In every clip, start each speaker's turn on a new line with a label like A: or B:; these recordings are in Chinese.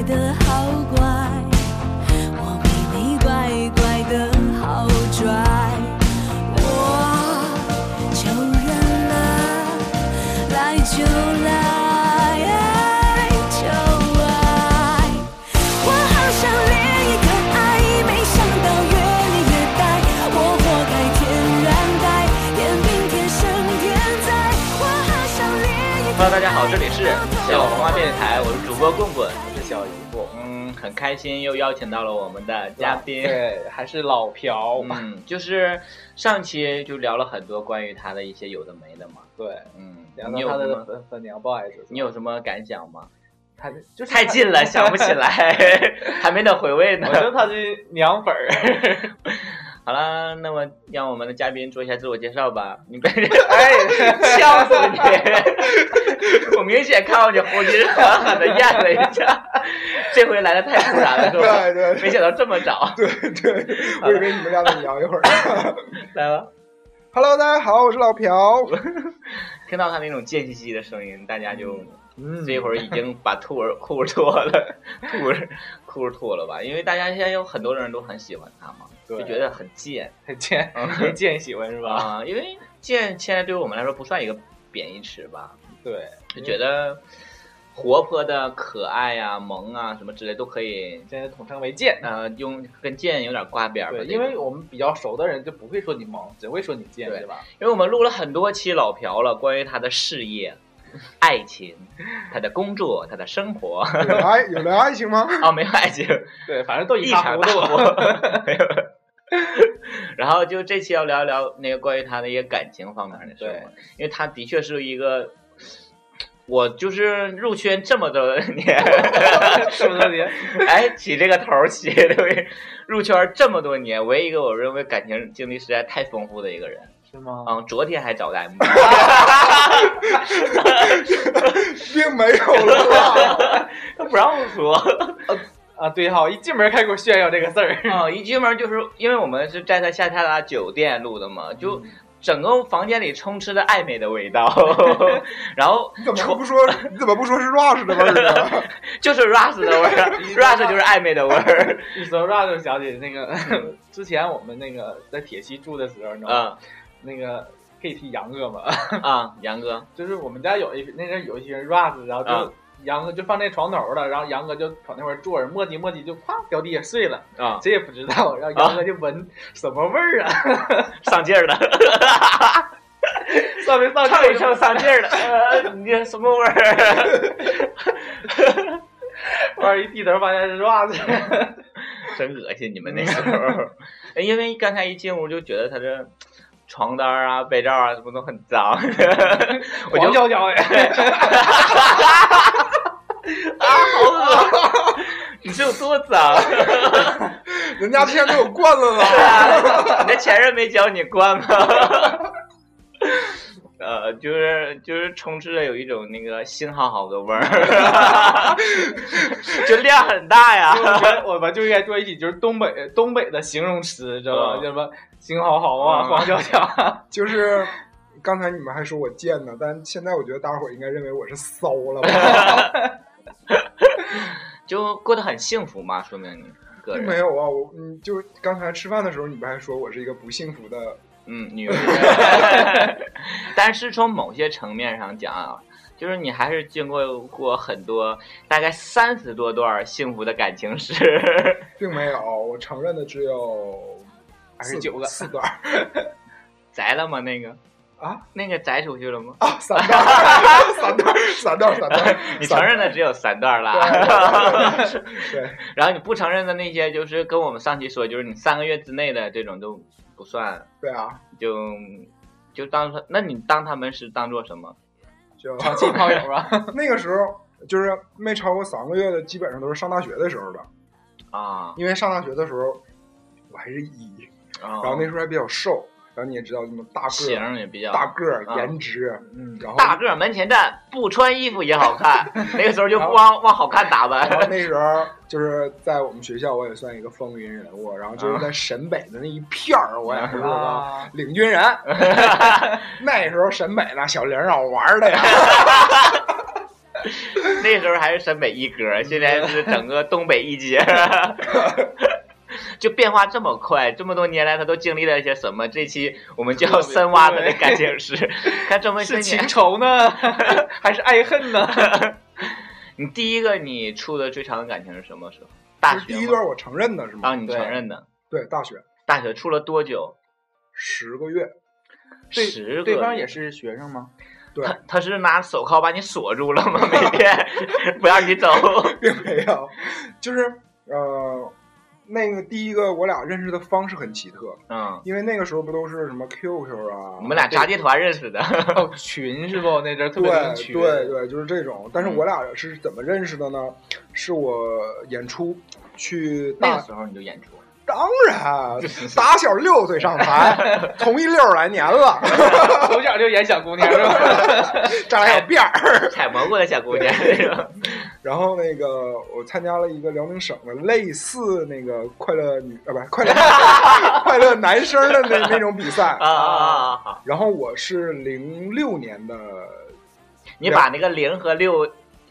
A: 怪，我比你乖乖的好拽。我求人了，来就来，爱就爱。我好想恋一个爱，没想到越恋越呆，我活该天然呆，天命天生天灾。我好想恋一个
B: Hello，大家好，这里是
A: 爱
B: 小黄花电台，我是主播棍棍，我是小姨夫。嗯，很开心又邀请到了我们的嘉宾。
C: 对，还是老朴。
B: 嗯，就是上期就聊了很多关于他的一些有的没的嘛。
C: 对，
B: 嗯，
C: 聊
B: 你有
C: 到他
B: 什
C: 的
B: 么
C: 粉粉娘 boys，
B: 你有什么感想吗？
C: 他就是
B: 太
C: 他
B: 近了，想不起。来， 还没等回味呢
C: 我。觉得他是 娘粉儿。
B: 好了，那么让我们的嘉宾做一下自我介绍吧。你被
C: 哎，
B: 笑死 你！我明显看到你胡须狠狠的咽了一下，这回来的太突然了，是吧？
C: 对对
B: 没想到这么早，
C: 对对，我以为你们俩得聊一会儿。
B: 来吧。
C: Hello，大家好，我是 老朴。
B: 听到他那种贱兮兮的声音，大家就
C: 嗯
B: 这会儿已经把兔儿裤儿脱了，兔儿裤儿脱了吧？因为大家现在有很多人都很喜欢他嘛，
C: 对
B: 就觉得很贱
C: 很贱， 没贱喜欢是吧？
B: 啊、因为贱现在对于我们来说不算一个贬义词吧，
C: 嗯对，
B: 就觉得活泼的、可爱呀、萌啊什么之类都可以，
C: 现在统称为贱。
B: 呃，用跟贱有点挂边儿吧。
C: 对，
B: 这
C: 因
B: 个
C: 为我们比较熟的人就不会说你萌，只会说你贱，
B: 对
C: 对吧？
B: 因为我们录了很多期老朴了，关于他的事业、爱情、他的工作、他的生活啊、
D: 有爱有了爱情吗？
B: 没有爱情，
C: 对，反正都
B: 一
C: 塌
B: 场
C: 糊
B: 大
C: 涂。
B: 祸。没有然后就这期要聊一聊那个关于他的一些感情方面的事
C: 对
B: 儿嘛，因为他的确是一个，我就是入圈这么多年，
C: 是不是你？
B: 哎，起这个头儿起对，入圈这么多年，唯一一个我认为感情经历实在太丰富的一个人。
C: 是吗？
B: 嗯，昨天还找的 M，
D: 并没有了。
B: 他 不让我说。
C: 啊，对哈，一进门开口炫耀这个事 儿。
B: 啊、一进门就是因为我们是在他夏加达酒店录的嘛，就整个房间里充斥着暧昧的味 道，然后
D: 你怎么不说？你怎么不说是 Rush 的味儿啊呢？
B: 就是 rush 的味 儿，rush 就是暧昧的味儿，
C: 一说 r a 就想起那个之前我们那个在铁西住的时候，你知道吗？
B: 嗯
C: 那个可以提杨哥嘛，
B: 啊，杨哥，
C: 就是我们家有一那阵有一群 r a 然后就、
B: 啊
C: 杨哥就放在床头了，然后杨哥就跑那块儿坐着，磨叽磨叽就哐掉地下睡了，
B: 啊，
C: 谁也不知道。然后杨哥就闻什么味儿啊，
B: 上劲儿了，
C: 上没上
B: 唱一
C: 劲
B: 唱
C: 儿？
B: 上劲儿了， 呃，你这什么味儿？
C: 完一低头发现是 r a
B: 真恶心！你们那时候，哎 因为刚才一进屋就觉得他这床单儿啊、被罩啊什么都很脏， 我
C: 黄哎
B: 就
C: 焦 焦的。
B: 啊，好恶心！你是有多脏？
D: 人家天给我惯了
B: 对
D: 了。
B: 啊，你的前任没教你关吗？ 呃，就是就是充斥着有一种那个信号好的味儿， 就量很大
C: 就我
B: 呀。
C: 们我们就应该坐一起，就是东北东北的形容词，知道吧？
B: 嗯
C: 叫什么心好好啊，
B: 嗯
C: 黄焦焦 啊。
D: 就是刚才你们还说我贱呢，但现在我觉得大伙儿应该认为我是骚 了吧？
B: 就过得很幸福嘛，说明你个
D: 并没
B: 人，
D: 有啊，我嗯，就刚才吃饭的时候，你们还说我是一个不幸福的。
B: 嗯，女人。 但是从某些层面上讲啊，就是你还是经过过很多，大概三十多段幸福的感情史。
D: 并没有，啊我承认的只有四
C: 29个
D: 四段儿
B: 摘了吗？那个
D: 啊，
B: 那个摘出去了吗？
D: 啊，三段 儿，三段儿，三段儿，三段儿，
B: 你承认的只有三段啦。
D: 对，
B: 然后你不承认的那些，就是跟我们上期说，就是你三个月之内的这种都不算，
D: 对啊，
B: 就就当他，那你当他们是当做什么？
D: 就
C: 长期炮友啊，
D: 那个时候就是没超过三个月的，基本上都是上大学的时候的。
B: 啊，
D: 因为上大学的时候我还是一，
B: 然
D: 然后那时候还比较瘦，然后你也知道那么大个
B: 型
D: 儿、
B: 儿也比较
D: 大个儿、
B: 啊
D: 颜值，
C: 嗯，
D: 然后
B: 大个儿门前站，不穿衣服也好看。那个时候就不往往好看打
D: 然后
B: 扮。
D: 那时候就是在我们学校，我也算一个风云人物，然后
B: 啊
D: 就是在沈北的那一片儿，我也是个
C: 啊，
D: 领 军人。那时候沈北呢，小玲儿啊玩儿的呀，
B: 那时候还是陕北一哥，现在是整个东北一姐，就变化这么快，这么多年来他都经历了一些什么？这期我们就要深挖他的感情史，看这么些
C: 是
B: 年
C: 情。仇呢， 还是爱恨 呢？
B: 你第一个你处的最长的感情是什么时候？ 大
D: 就是
B: 学
D: 第一
B: 吗
D: 段我承认的是吗？
B: 啊，你承认的。
D: 对，大学
B: 大学处了多久？
D: 十个月，
C: 对
B: 十个。
C: 对方也。是学生吗？
D: 对，
B: 他他是拿手铐把你锁住了吗？每天不让你走。
D: 并没有，就是呃，那个第一个我俩认识的方式很奇特，
B: 嗯，
D: 因为那个时候不都是什么 QQ 啊，
B: 我们俩杂技团认识的。
C: 哦，群是不？那阵儿特
D: 对
C: 别能群。
D: 对对，就是这种。但是
B: 嗯
D: 我俩是怎么认识的呢？是我演出去
B: 那
D: 大
B: 个时候你就演出。
D: 当然，打小六岁 上台，同一六十来年了，
C: 从小就演小姑娘是吧？
D: 扎俩小辫 儿。
B: 采蘑菇的小姑娘那种。
D: 然后那个我参加了一个辽宁省的类似那个快乐女啊，不是快乐 快乐男生的那那种比赛
B: 啊。啊啊！啊
D: 然后我是零六年的
B: 你把那个零和六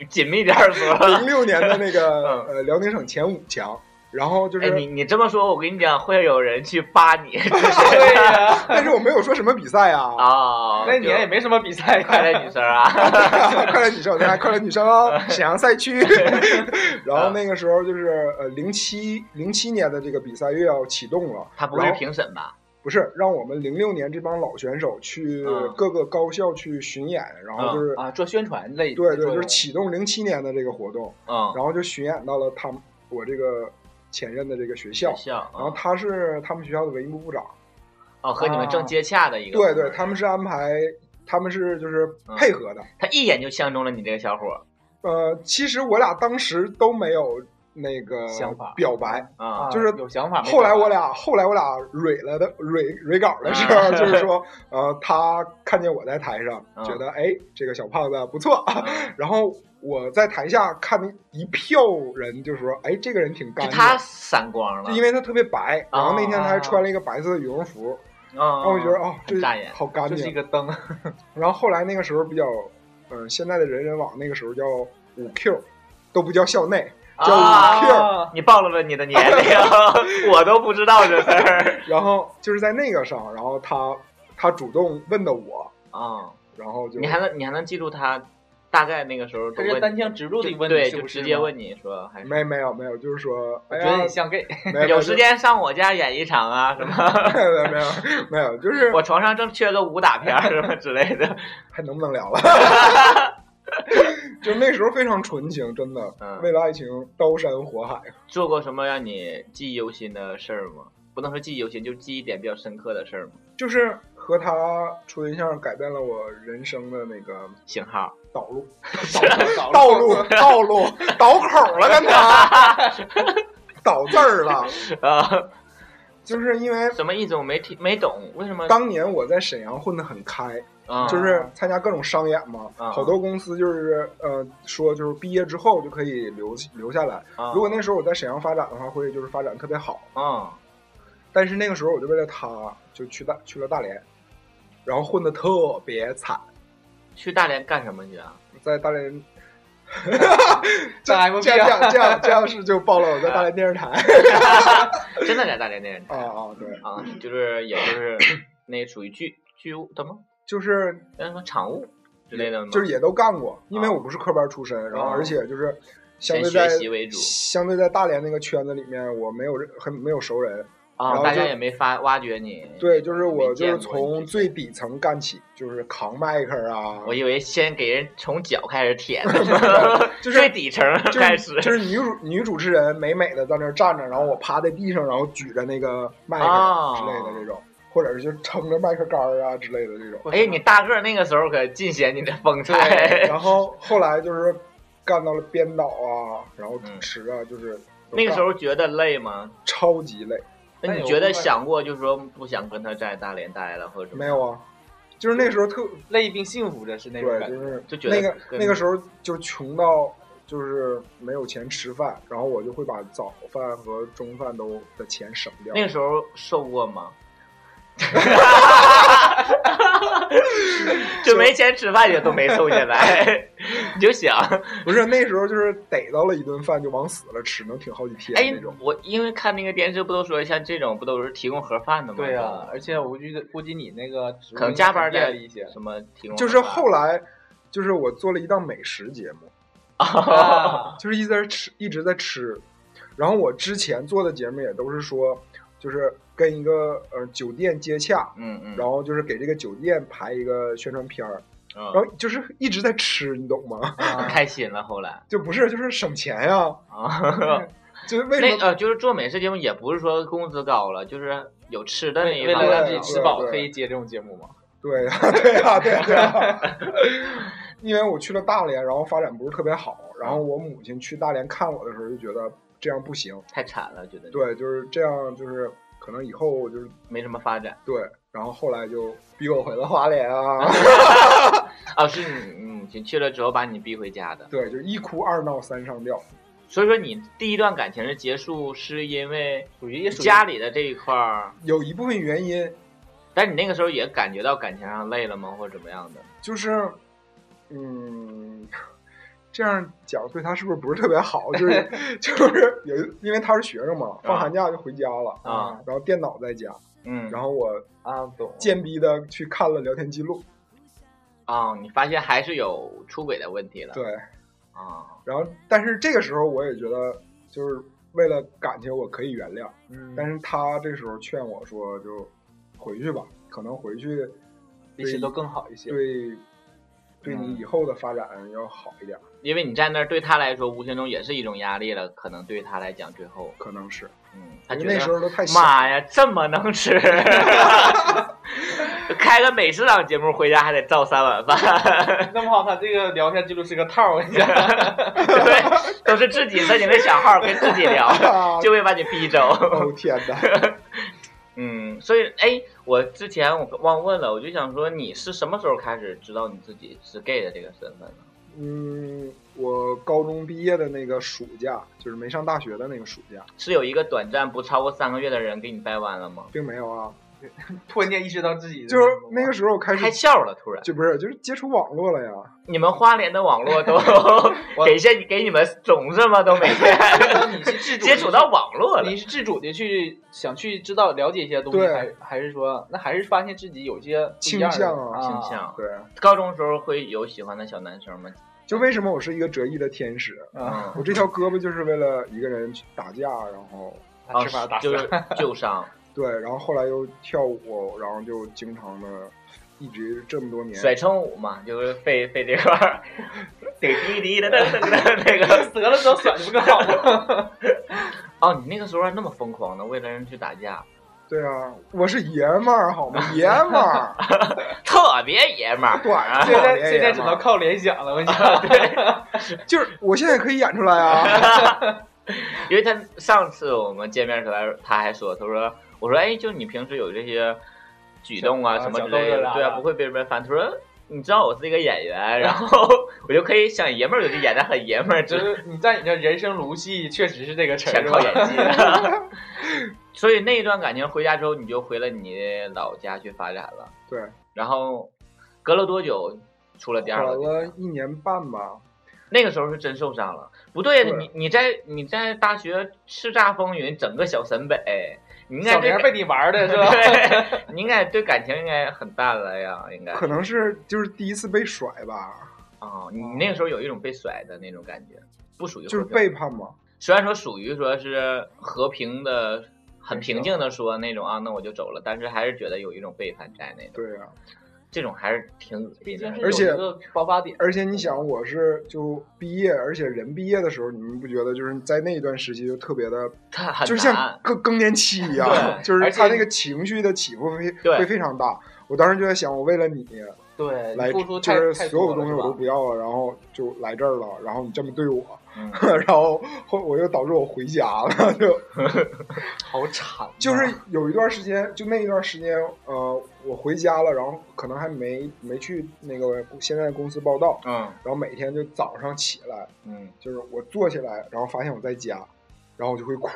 B: 紧密点儿
D: 零
B: 说。
D: 六年的那个
B: 嗯
D: 呃辽宁省前五强。然后就
B: 哎，
D: 是
B: 你你这么说，我跟你讲，会有人去扒你。
C: 对 呀，
D: 但是我没有说什么比赛啊，
B: 啊，
C: 那年也没什么比赛呀，
B: 快乐女生啊。
D: 快乐女生，大家快乐女生哦，沈阳赛区。然后那个时候就是呃，零七零七年的这个比赛又要启动了，
B: 他不会
D: 然
B: 是
D: 后
B: 评审吧？
D: 不是让我们零六年这帮老选手去
B: 嗯
D: 各个高校去巡演，然后就是、
C: 啊，做宣传类。
D: 对对，
C: 做
D: 就是启动零七年的这个活动，
B: 嗯，
D: 然后就巡演到了他们我这个前任的这个学校
B: 学。校。
D: 然后
B: 嗯
D: 他是他们学校的文艺部部长，
B: 哦，和你们正接洽的一个。嗯
D: 对对，他们是安排，他们是就是配合的，
B: 他一眼就相中了你这个小伙儿。
D: 呃，其实我俩当时都没有那个
C: 想法
D: 表白，
B: 啊
C: 啊，
D: 就是
C: 有想法没想法。
D: 后来我俩后来我俩蕊了的蕊蕊稿的时
B: 啊
D: 候， 就是说，呃，他看见我在台上，
B: 嗯
D: 觉得哎这个小胖子不错，
B: 嗯
D: 然后我在台下看一票人，就是说，哎这个人挺干
B: 就
D: 净。
B: 他闪光了
D: 就。因为他特别白，然后那天他还
C: 啊
D: 穿了一个白色的羽绒服，
B: 然
D: 然后我觉得哦，
B: 啊
D: 这
B: 很扎眼
D: 好干
C: 就是一
D: 净。
C: 个灯，
D: 然后后来那个时候比较，嗯、现在的人人网那个时候叫五 Q，都不叫校内，叫
B: 啊
D: 五 Q，、
C: 啊
B: 你暴露了你的年龄，我都不知道这事儿。
D: 然后就是在那个上，然后他他主动问的我，
B: 啊，
D: 然后就
B: 你还能你还能记住他大概那个时候都
C: 他是
B: 问
C: 单枪直入的问
B: 对，
C: 你
B: 就是
C: 不
B: 直
C: 是
B: 接
C: 吗，
B: 问你说还是
D: 没没有没有，就是说，
C: 我
D: 哎
C: 觉得
D: 呀
C: 你，像 gay，
D: 没
B: 有时间上我家演一场啊什么，
D: 没有没有没有，就是
B: 我床上正缺个武打片儿什么之类的。
D: 还能不能聊了？ 就那时候非常纯情，真的，
B: 嗯
D: 为了爱情刀山火海。
B: 做过什么让你记忆犹新的事儿吗？不能说记忆犹新，就记忆点比较深刻的事儿吗？
D: 就是和他处对象改变了我人生的那个
B: 型号
D: 道路，
C: 道
D: 道路，道路，倒口了，跟他 倒字儿了，
B: 啊，
D: 就是因为
B: 什么意思？我没听没懂，为什么？
D: 当年我在沈阳混得很开，
B: 啊
D: 就是参加各种商演嘛，
B: 啊
D: 好多公司就是呃说就是毕业之后就可以留留下来。
B: 啊
D: 如果那时候我在沈阳发展的话，会就是发展特别好。
B: 啊
D: 但是那个时候我就为了他就去大去了大连，然后混得特别惨，
B: 去大连干什么去啊？
D: 在 大连。这
C: 当 M
D: 这
C: P
D: 样这样
C: 啊，
D: 这样这样是就暴露我
B: 啊
D: 在大连 电视台
B: 真的在大连那人
D: 啊啊对，
B: 啊，就是也就是那属于剧剧务怎么？
D: 就是
B: 那说场务之类的吗？
D: 就是也都干过，因为
B: 啊
D: 我不是科班出身，然后
B: 啊
D: 而且就是相
B: 先
D: 对
B: 学
D: 在
B: 习为主
D: 相对在大连那个圈子里面，我没有人很没有熟人，然
B: 啊，
D: 后
B: 大家
D: 就
B: 也没发挖掘你。
D: 对，就是我
B: 没
D: 就
B: 见
D: 是
B: 过
D: 从
B: 你
D: 最底层干起，就是扛麦克啊，
B: 我以为先给人从脚开始舔，
D: 就是
B: 最底层
D: 就
B: 开
D: 是
B: 始。
D: 就是女主女主持人美美的在那儿站着，然后我趴在地上，然后举着那个麦克
B: 啊
D: 之类的这种，或者是就撑着麦克杆儿啊之类的这种。
B: 哎，你大个儿那个时候可尽显你的风
C: 哎
D: 对，
B: 采。
D: 然后后来就是干到了编导啊，然后主
B: 嗯
D: 持啊，就是都
B: 那个
D: 干
B: 时候觉得累吗？
D: 超级累，
B: 那
C: 那
B: 你
C: 有
B: 觉得
C: 部分
B: 想过就是说不想跟他在大连待了，或者什么
D: 没有啊，就是那时候特
C: 累并幸福着是那种
D: 对，
C: 感
D: 就
C: 觉。
D: 是
B: 就觉得
D: 那个
B: 跟
D: 那个时候就穷到就是没有钱吃饭，然后我就会把早饭和中饭都的钱省掉。
B: 那个时候瘦过吗？ 就没钱吃饭也都没瘦下来，你就想，
D: 不是那时候就是逮到了一顿饭就往死了吃，能挺好几天
B: 哎
D: 那种。，
B: 我因为看那个电视不都说像这种不都是提供盒饭的吗？
C: 对呀、啊而且我估计估计你那个职务
B: 可能加班儿
C: 应该
B: 带
C: 厉害一些，
B: 什么提供盒饭？
D: 就是后来，就是我做了一档美食节目，
C: 啊
D: 就是一直在吃，一直在吃。然后我之前做的节目也都是说，就是跟一个呃酒店接洽，
B: 嗯嗯，
D: 然后就是给这个酒店拍一个宣传片儿，
B: 然
D: 然后就是一直在吃，你懂吗？
B: 开心了，后来
D: 就不是就是省钱呀、
B: 啊，
D: 就是为什
B: 那
D: 么？
B: 呃就是做美食节目也不是说工资高了，就是有吃的那
C: 为
B: 一
C: 为
B: 方
C: 了让自
B: 面
C: 己
B: 了。
C: 吃饱，
D: 对对
C: 可以接这种节目吗？
D: 对呀、对呀、对啊呀、对呀、 因为我去了大连，然后发展不是特别好，然后我母亲去大连看我的时候就觉得这样不行，
B: 太惨了，觉得
D: 对，就是这样，就是可能以后就是
B: 没什么发展。
D: 对，然后后来就逼我回了花莲 啊，
B: 哦，是你你母亲去了之后把你逼回家的，
D: 对，就一哭二闹三上吊，
B: 所以说你第一段感情的结束是因为
C: 属于也属于
B: 家里的这一块儿，
D: 有一部分原因
B: 但你那个时候也感觉到感情上累了吗，或者怎么样的？
D: 就是，嗯，这样讲对他是不是不是特别好？就是 就是有一，因为他是学生嘛，放寒假就回家了
B: 啊，
D: 然后电脑在家，
B: 嗯，
D: 然后我
C: 啊，懂。
D: 贱逼的去看了聊天记录，
B: 啊、你发现还是有出轨的问题了。
D: 对，
B: 啊、
D: 然后但是这个时候我也觉得，就是为了感情我可以原谅，
C: 嗯，
D: 但是他这时候劝我说就回去吧，可能回去
C: 一切都更好一些。
D: 对嗯对你以后的发展要好一点，
B: 因为你在那儿对他来说，无形中也是一种压力了，可能对他来讲，最后，
D: 可能是
B: 嗯，他
D: 因
B: 觉
D: 为
B: 得
D: 那时候都太小了。
B: 妈呀，这么能吃， 开个美食档节目回家还得造三碗饭，
C: 那么好，他这个聊天记录是个套儿，我跟你 讲，
B: 对，都是自己自己的小号跟自己 聊，
D: 啊
B: 就会把你逼走。
D: 哦天哪！
B: 嗯，所以哎，我之前我忘问了，我就想说你是什么时候开始知道你自己是 gay 的这个身份的？
D: 嗯，我高中毕业的那个暑假，就是没上大学的那个暑假，
B: 是有一个短暂不超过三个月的人给你掰弯了吗？
D: 并没有啊，
C: 突然间意识到自己的
D: 就是那个时候开
B: 开
D: 始
B: 窍了，突然，
D: 就不是就是接触网络了呀。
B: 你们花莲的网络都
C: 我
B: 给些给你们种子吗？都 每天
C: 你是自主
B: 接触到网络了
C: 你。是自主的去想去知道了解一些东西，
D: 对
C: 还还是说那还是发现自己有些不一样的
D: 倾向啊
B: 倾向，
D: 对，
B: 高中时候会有喜欢的小男生吗？嗯
D: 就为什么我是一个折翼的天使？
B: 哦
C: 啊，
D: 我这条胳膊就是为了一个人去打架，然后
C: 啊吃法打
B: 哦就
C: 死
B: 是啊旧 伤，
D: 对，然后后来又跳舞，然后就经常的，一直这么多年，
B: 甩称舞嘛，就是费费这块儿，得滴滴的噔噔噔那 个。
C: 得了之后想的不更好 吗？
B: 哦，你那个时候还那么疯狂呢，为了人去打架，
D: 对啊，我是爷们儿好吗？爷们 儿，
B: 特别爷们儿。
D: 短啊，
C: 现
D: 爷
C: 在
D: 爷
B: 哦
C: 现在只
D: 嘛
C: 能靠联想了，我跟你讲，
D: 就是我现在可以演出来啊，
B: 因为他上次我们见面的时候，他还说，他说，我说，哎，就你平时有这些举动啊
C: 小
B: 什么之
C: 小
B: 类
C: 动作
B: 的，
C: 啊
B: 对啊，不会被人翻。他说，你知道我是一个演员，然后 我就可以想爷们儿，我就演的很爷们 儿，
C: 就
B: 就是
C: 是你在你的人生如戏，确实是这个词
B: 全
C: 儿
B: 靠
C: 吧。
B: 演 技。所以那一段感情回家之后，你就回了你老家去发展了，
D: 对，
B: 然后隔了多久出了第二
D: 搞
B: 个地方？
D: 了一年半吧，
B: 那个时候是真受伤了。不对，
D: 对
B: 你你在你在大学叱咤风云，整个小沈北，你应该
C: 小
B: 对
C: 明
B: 感
C: 被你 玩的是吧？
B: 对，你应该对感情应该很淡了呀，应该。
D: 可能是就是第一次被甩吧，
B: 哦，你那个时候有一种被甩的那种感觉，不属于
D: 就是
B: 和平
D: 背叛嘛。
B: 虽然说属于说是和平的。很平静的说那种啊，那我就走了，但是还是觉得有一种背叛在那种，
D: 对呀、啊
B: 这种还是挺恶
C: 毕
B: 心
C: 竟
B: 的
C: 是。
D: 而且
C: 有一个爆发点，
D: 而且你想，我是就毕业，而且人毕业的时候，你们不觉得就是在那一段时期就特别的，
B: 他很
D: 就是像
B: 难，
D: 更更年期一样，
B: 对
D: 就是
C: 而且
D: 他那个情绪的起伏非
B: 对
D: 会非常大。我当时就在想，我为了你
C: 对，
D: 来，
C: 你付出
D: 就
C: 太
D: 是
C: 太
D: 所有
C: 多
D: 东西
C: 了是
D: 我都
C: 吧？
D: 不要了，然后就来这儿了，然后你这么对我，
B: 嗯
D: 然后后我又导致我回家了，就
C: 好惨啊，
D: 就是有一段时间，就那一段时间，呃，我回家了，然后可能还没没去那个现在公司报道，
B: 嗯
D: 然后每天就早上起来，
B: 嗯，
D: 就是我坐起来，然后发现我在家，然后我就会哭，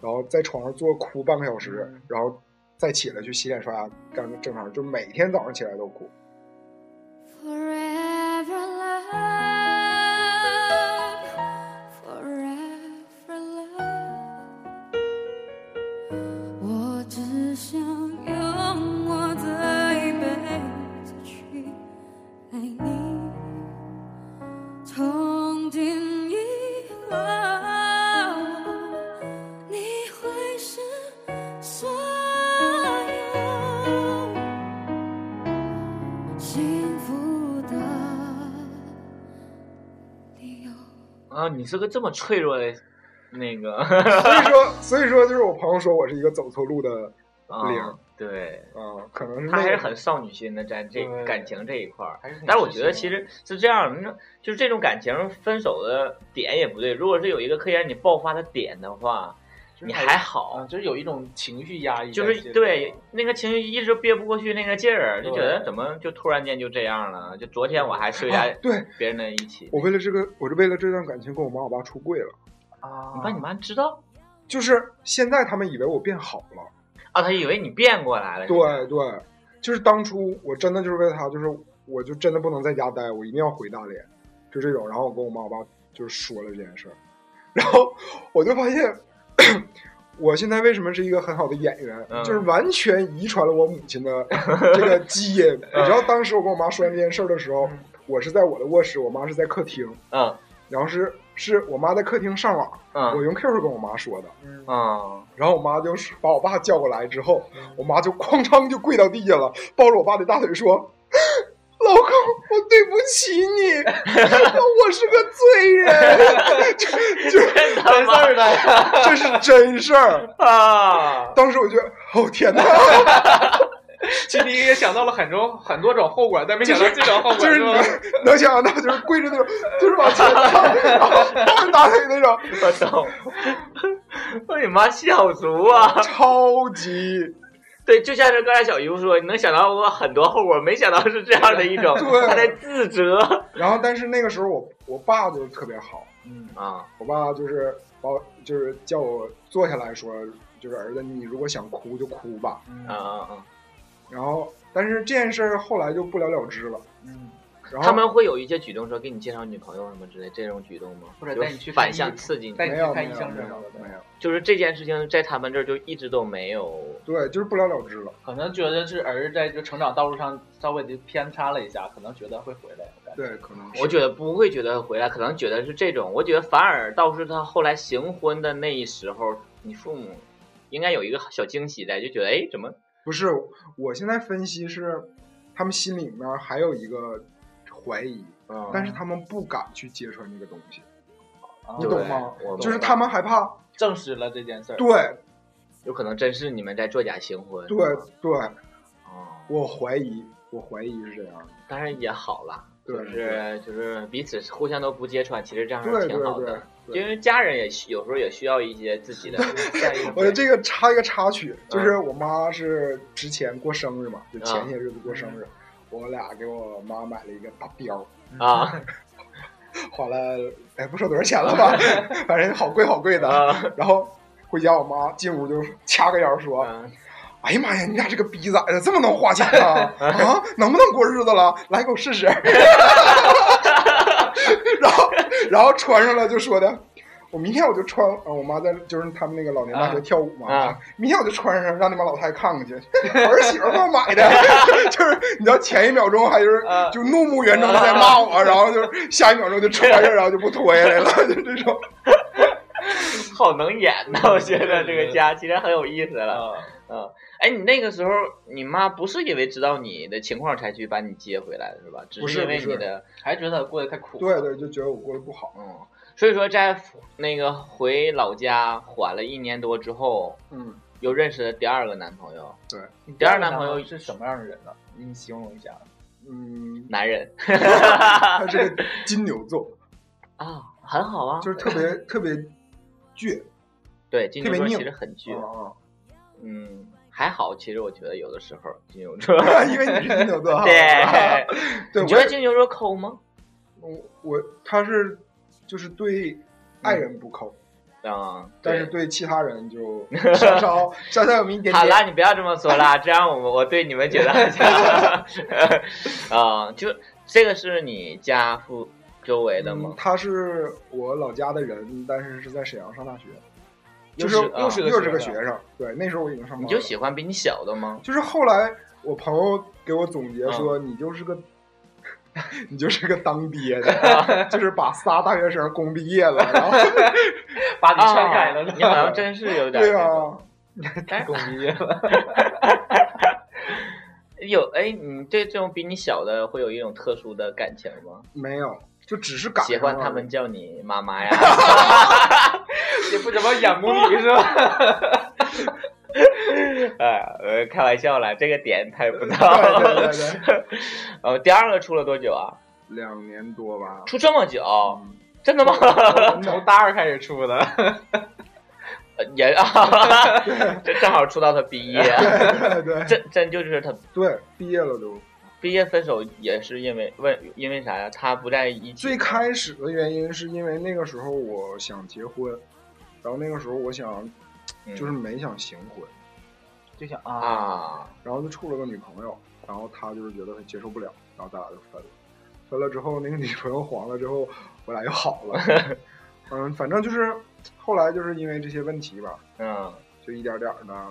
D: 然后在床上坐哭半个小时，
C: 嗯
D: 然后再起来去洗脸刷牙干正常，就每天早上起来都哭。
A: Forever love.
B: 啊你是个这么脆弱的，那个
D: 所以说，所以说就是我朋友说我是一个走错路的
B: 啊
D: 零
B: 对，
D: 啊，可能是
B: 他
D: 那
B: 还是
D: 个
B: 很少女心的，在这
C: 对
B: 感情这一块儿。
C: 还是挺
B: 但是我觉得
C: 痴
B: 其
C: 情的
B: 实是这样，那就是这种感情分手的点也不对。如果是有一个可以让你爆发的点的话，
C: 就是
B: 你
C: 还
B: 还好
C: 啊，，就是有一种情绪压抑在
B: 就
C: 心里头，
B: 是对那个情绪一直憋不过去那个劲儿，就觉得
C: 对
B: 怎么就突然间就这样了？就昨天我还睡在
D: 对
B: 别人的一起，
D: 我为了这个，我是为了这段感情跟我妈我爸出柜了。
C: 啊，
B: 你把你妈知道
D: 就是现在他们以为我变好了，
B: 啊，她以为你变过来了。
D: 对对，就是当初我真的就是为了他，就是我就真的不能在家待，我一定要回大连，就这种。然后我跟我妈我爸就是说了这件事儿，然后我就发现， 我现在为什么是一个很好的演员，
B: 嗯
D: 就是完全遗传了我母亲的 这个基因。
B: 嗯
D: 你知道当时我跟我妈说完这件事儿的时候，
C: 嗯
D: 我是在我的卧室，我妈是在客厅，
B: 嗯
D: 然后是是我妈在客厅上网，我
B: 嗯
D: 用 QQ 跟我妈说的。
C: 嗯
B: 嗯，
D: 然后我妈就是把我爸叫过来之后，我妈就哐当就跪到地下了，抱着我爸的大腿说：“老公，我对不起你，我是个罪人。这”这
B: 真他 妈
C: 儿的
D: 这是真事儿。
B: 啊！
D: 当时我觉得，哦天哪，
C: 其实也想到了很多很多种后果，但没想到这种后果
D: 就是
C: 是
D: 你
C: 吧？
D: 能能想象到，就是跪着那种，就是往前搭，然后抱着大腿那种，
B: 我操！我你妈笑足啊！
D: 超级
B: 对，就像是刚才小姨夫说，你能想到我很多后果，没想到是这样的一种，
D: 对
B: 他在自责
D: 然后，但是那个时候我我爸就是特别好，
C: 嗯
B: 啊，
D: 我爸就是把我就是叫我坐下来说，就是儿子，你如果想哭就哭吧。
C: 嗯
B: 啊啊
D: 然后，但是这件事儿后来就不了了之了。
C: 嗯，
D: 然
B: 啊！
D: 后
B: 他们会有一些举动，说给你介绍女朋友什么之类这种举动吗？
C: 或者
B: 就
C: 带你去看
B: 反向
C: 医
B: 刺激你，
C: 带你
D: 没
C: 去
D: 有没
C: 看
D: 有
C: 医生
D: 没
C: 什么
D: 有
C: 的。
D: 没有，
B: 就是这件事情在他们这儿就一直都没有。
D: 对，就是不了了之了。
C: 可能觉得是儿子在就成长道路上稍微的偏差了一下，可能觉得会回来。我感觉
D: 对，可能是
B: 我觉得不会觉得回来，可能觉得是这种。我觉得反而倒是他后来行婚的那一时候，你父母应该有一个小惊喜在，就觉得哎，怎么
D: 不是。我现在分析是，他们心里面还有一个怀疑，
B: 嗯
D: 但是他们不敢去揭穿这个东西，
C: 啊
D: 你懂吗
B: 对我懂
D: 就是他们害怕。
C: 证实了这件事儿。
D: 对
B: 有可能真是你们在作假行婚。
D: 对对，
B: 哦，
D: 我怀疑，我怀疑是这样的。
B: 当然也好啦，
D: 对
B: 就是就是彼此互相都不揭穿，其实这样
D: 对
B: 是
D: 对
B: 挺好
D: 对
B: 的。，
D: 对
B: 因为家人也需有时候也需要一些自己的下一
D: 我
B: 种
D: 这个插一个插曲，就是我妈是之前过生日嘛，就前些日子过生日，我俩给我妈买了一个大貂，
B: 啊
D: 花了哎不说多少钱了吧，反正好贵好贵的。
B: 啊
D: 然后回家，我妈进屋就掐个腰说
B: 啊！：“
D: 哎呀妈呀，你俩这个逼崽子这么能花钱 啊啊，能不能过日子了？来给我试试。” 然后然后穿上了就说的。我明天我就穿，呃我妈在就是他们那个老年大学
C: 啊
D: 跳舞嘛，
B: 啊
D: 明天我就穿上，让那帮老太太看看去。儿媳妇给我买的， 就是你知道前一秒钟还就是、
C: 啊
D: 就怒目圆睁的在骂我，然后就是下一秒钟就穿上，然后就不脱下来了，就这种。
B: 好能演呐！我觉得这个家其实很有意思了。
C: 啊，
B: 嗯，哎，你那个时候，你妈不是因为知道你的情况才去把你接回来的是吧？只
D: 不是
B: 因为
D: 不是
B: 你的，
C: 还觉得过得太苦。
D: 对，对，就觉得我过得不好。
B: 嗯，所以说在那个回老家啊缓了一年多之后，
D: 嗯，
B: 又认识了第二个男朋友，
C: 你
B: 第二
C: 个
B: 男
C: 男
B: 朋友
C: 是什么样的人呢？你形容一下。
D: 嗯，
B: 男人
C: 啊
D: 他是个金牛座，
B: 啊，很好啊，
D: 就是 特别特别倔
B: 对金牛
D: 特
B: 座其
D: 别拧
B: 实很倔，
D: 啊，
B: 嗯，还好，其实我觉得有的时候金牛座，
D: 啊 因为你是金牛座，
B: 对，
D: 啊对，
B: 你觉得
D: 我
B: 金牛座抠吗？
D: 我我他是就是对爱人不抠，
B: 嗯，
D: 但
B: 对
D: 是对其他 人就稍稍稍稍有那么一点
B: 好
D: 点。
B: 啦， 你不要这么说 啦，这样我们我对你们觉得好像啊、就这个是你家附周围的
D: 嗯
B: 吗，？
D: 他是我老家的人，但是是在沈阳上大学，
B: 又
D: 就是
B: 是
D: 又
B: 啊
D: 又是
C: 个
D: 个
C: 学
D: 学生。对，那时候我已经上班
B: 你
D: 了。
B: 就喜欢比你小的吗？
D: 就是后来我朋友给我总结说，
B: 嗯
D: 你就是个。 你就是个当爹 的，就是把仨大学生供毕业了，然后
C: 把你
B: 啊
C: 踹开了呢。
B: 你好像真是有点
D: 对
B: 那种
D: 啊，
B: 但是
C: 工毕 业了。
B: 有哎，你对这种比你小的会有一种特殊的感情吗？
D: 没有，就只是赶
B: 喜
D: 上
B: 欢
D: 了
B: 他们叫你妈妈呀。
C: 也不怎么仰慕你是吧？
B: 哎，呃，开玩笑了，这个点 他也不知
D: 对对
B: 道。
D: 对
B: 呃，第二个出了多久啊？
D: 两年 多吧。
B: 出这么久，
D: 嗯
B: 真的吗？
C: 从大二开始出的，
B: 呃也啊，这正好出到他毕业，
D: 对对对
B: 真真就是他
D: 对，毕业了都。
B: 毕业分手也是因为问因为啥呀？他不在一起。
D: 最开始的原因是因为那个时候我想结婚，然后那个时候我想
B: 嗯
D: 就是没想行婚，
C: 就想啊，
B: 啊，
D: 然后就处了个女朋友，然后她就是觉得她接受不了，然后咱俩就分了。分了之后，那个女朋友黄了之后，我俩又好了。 嗯，反正就是后来就是因为这些问题吧，
B: 嗯，
D: 就一点点儿呢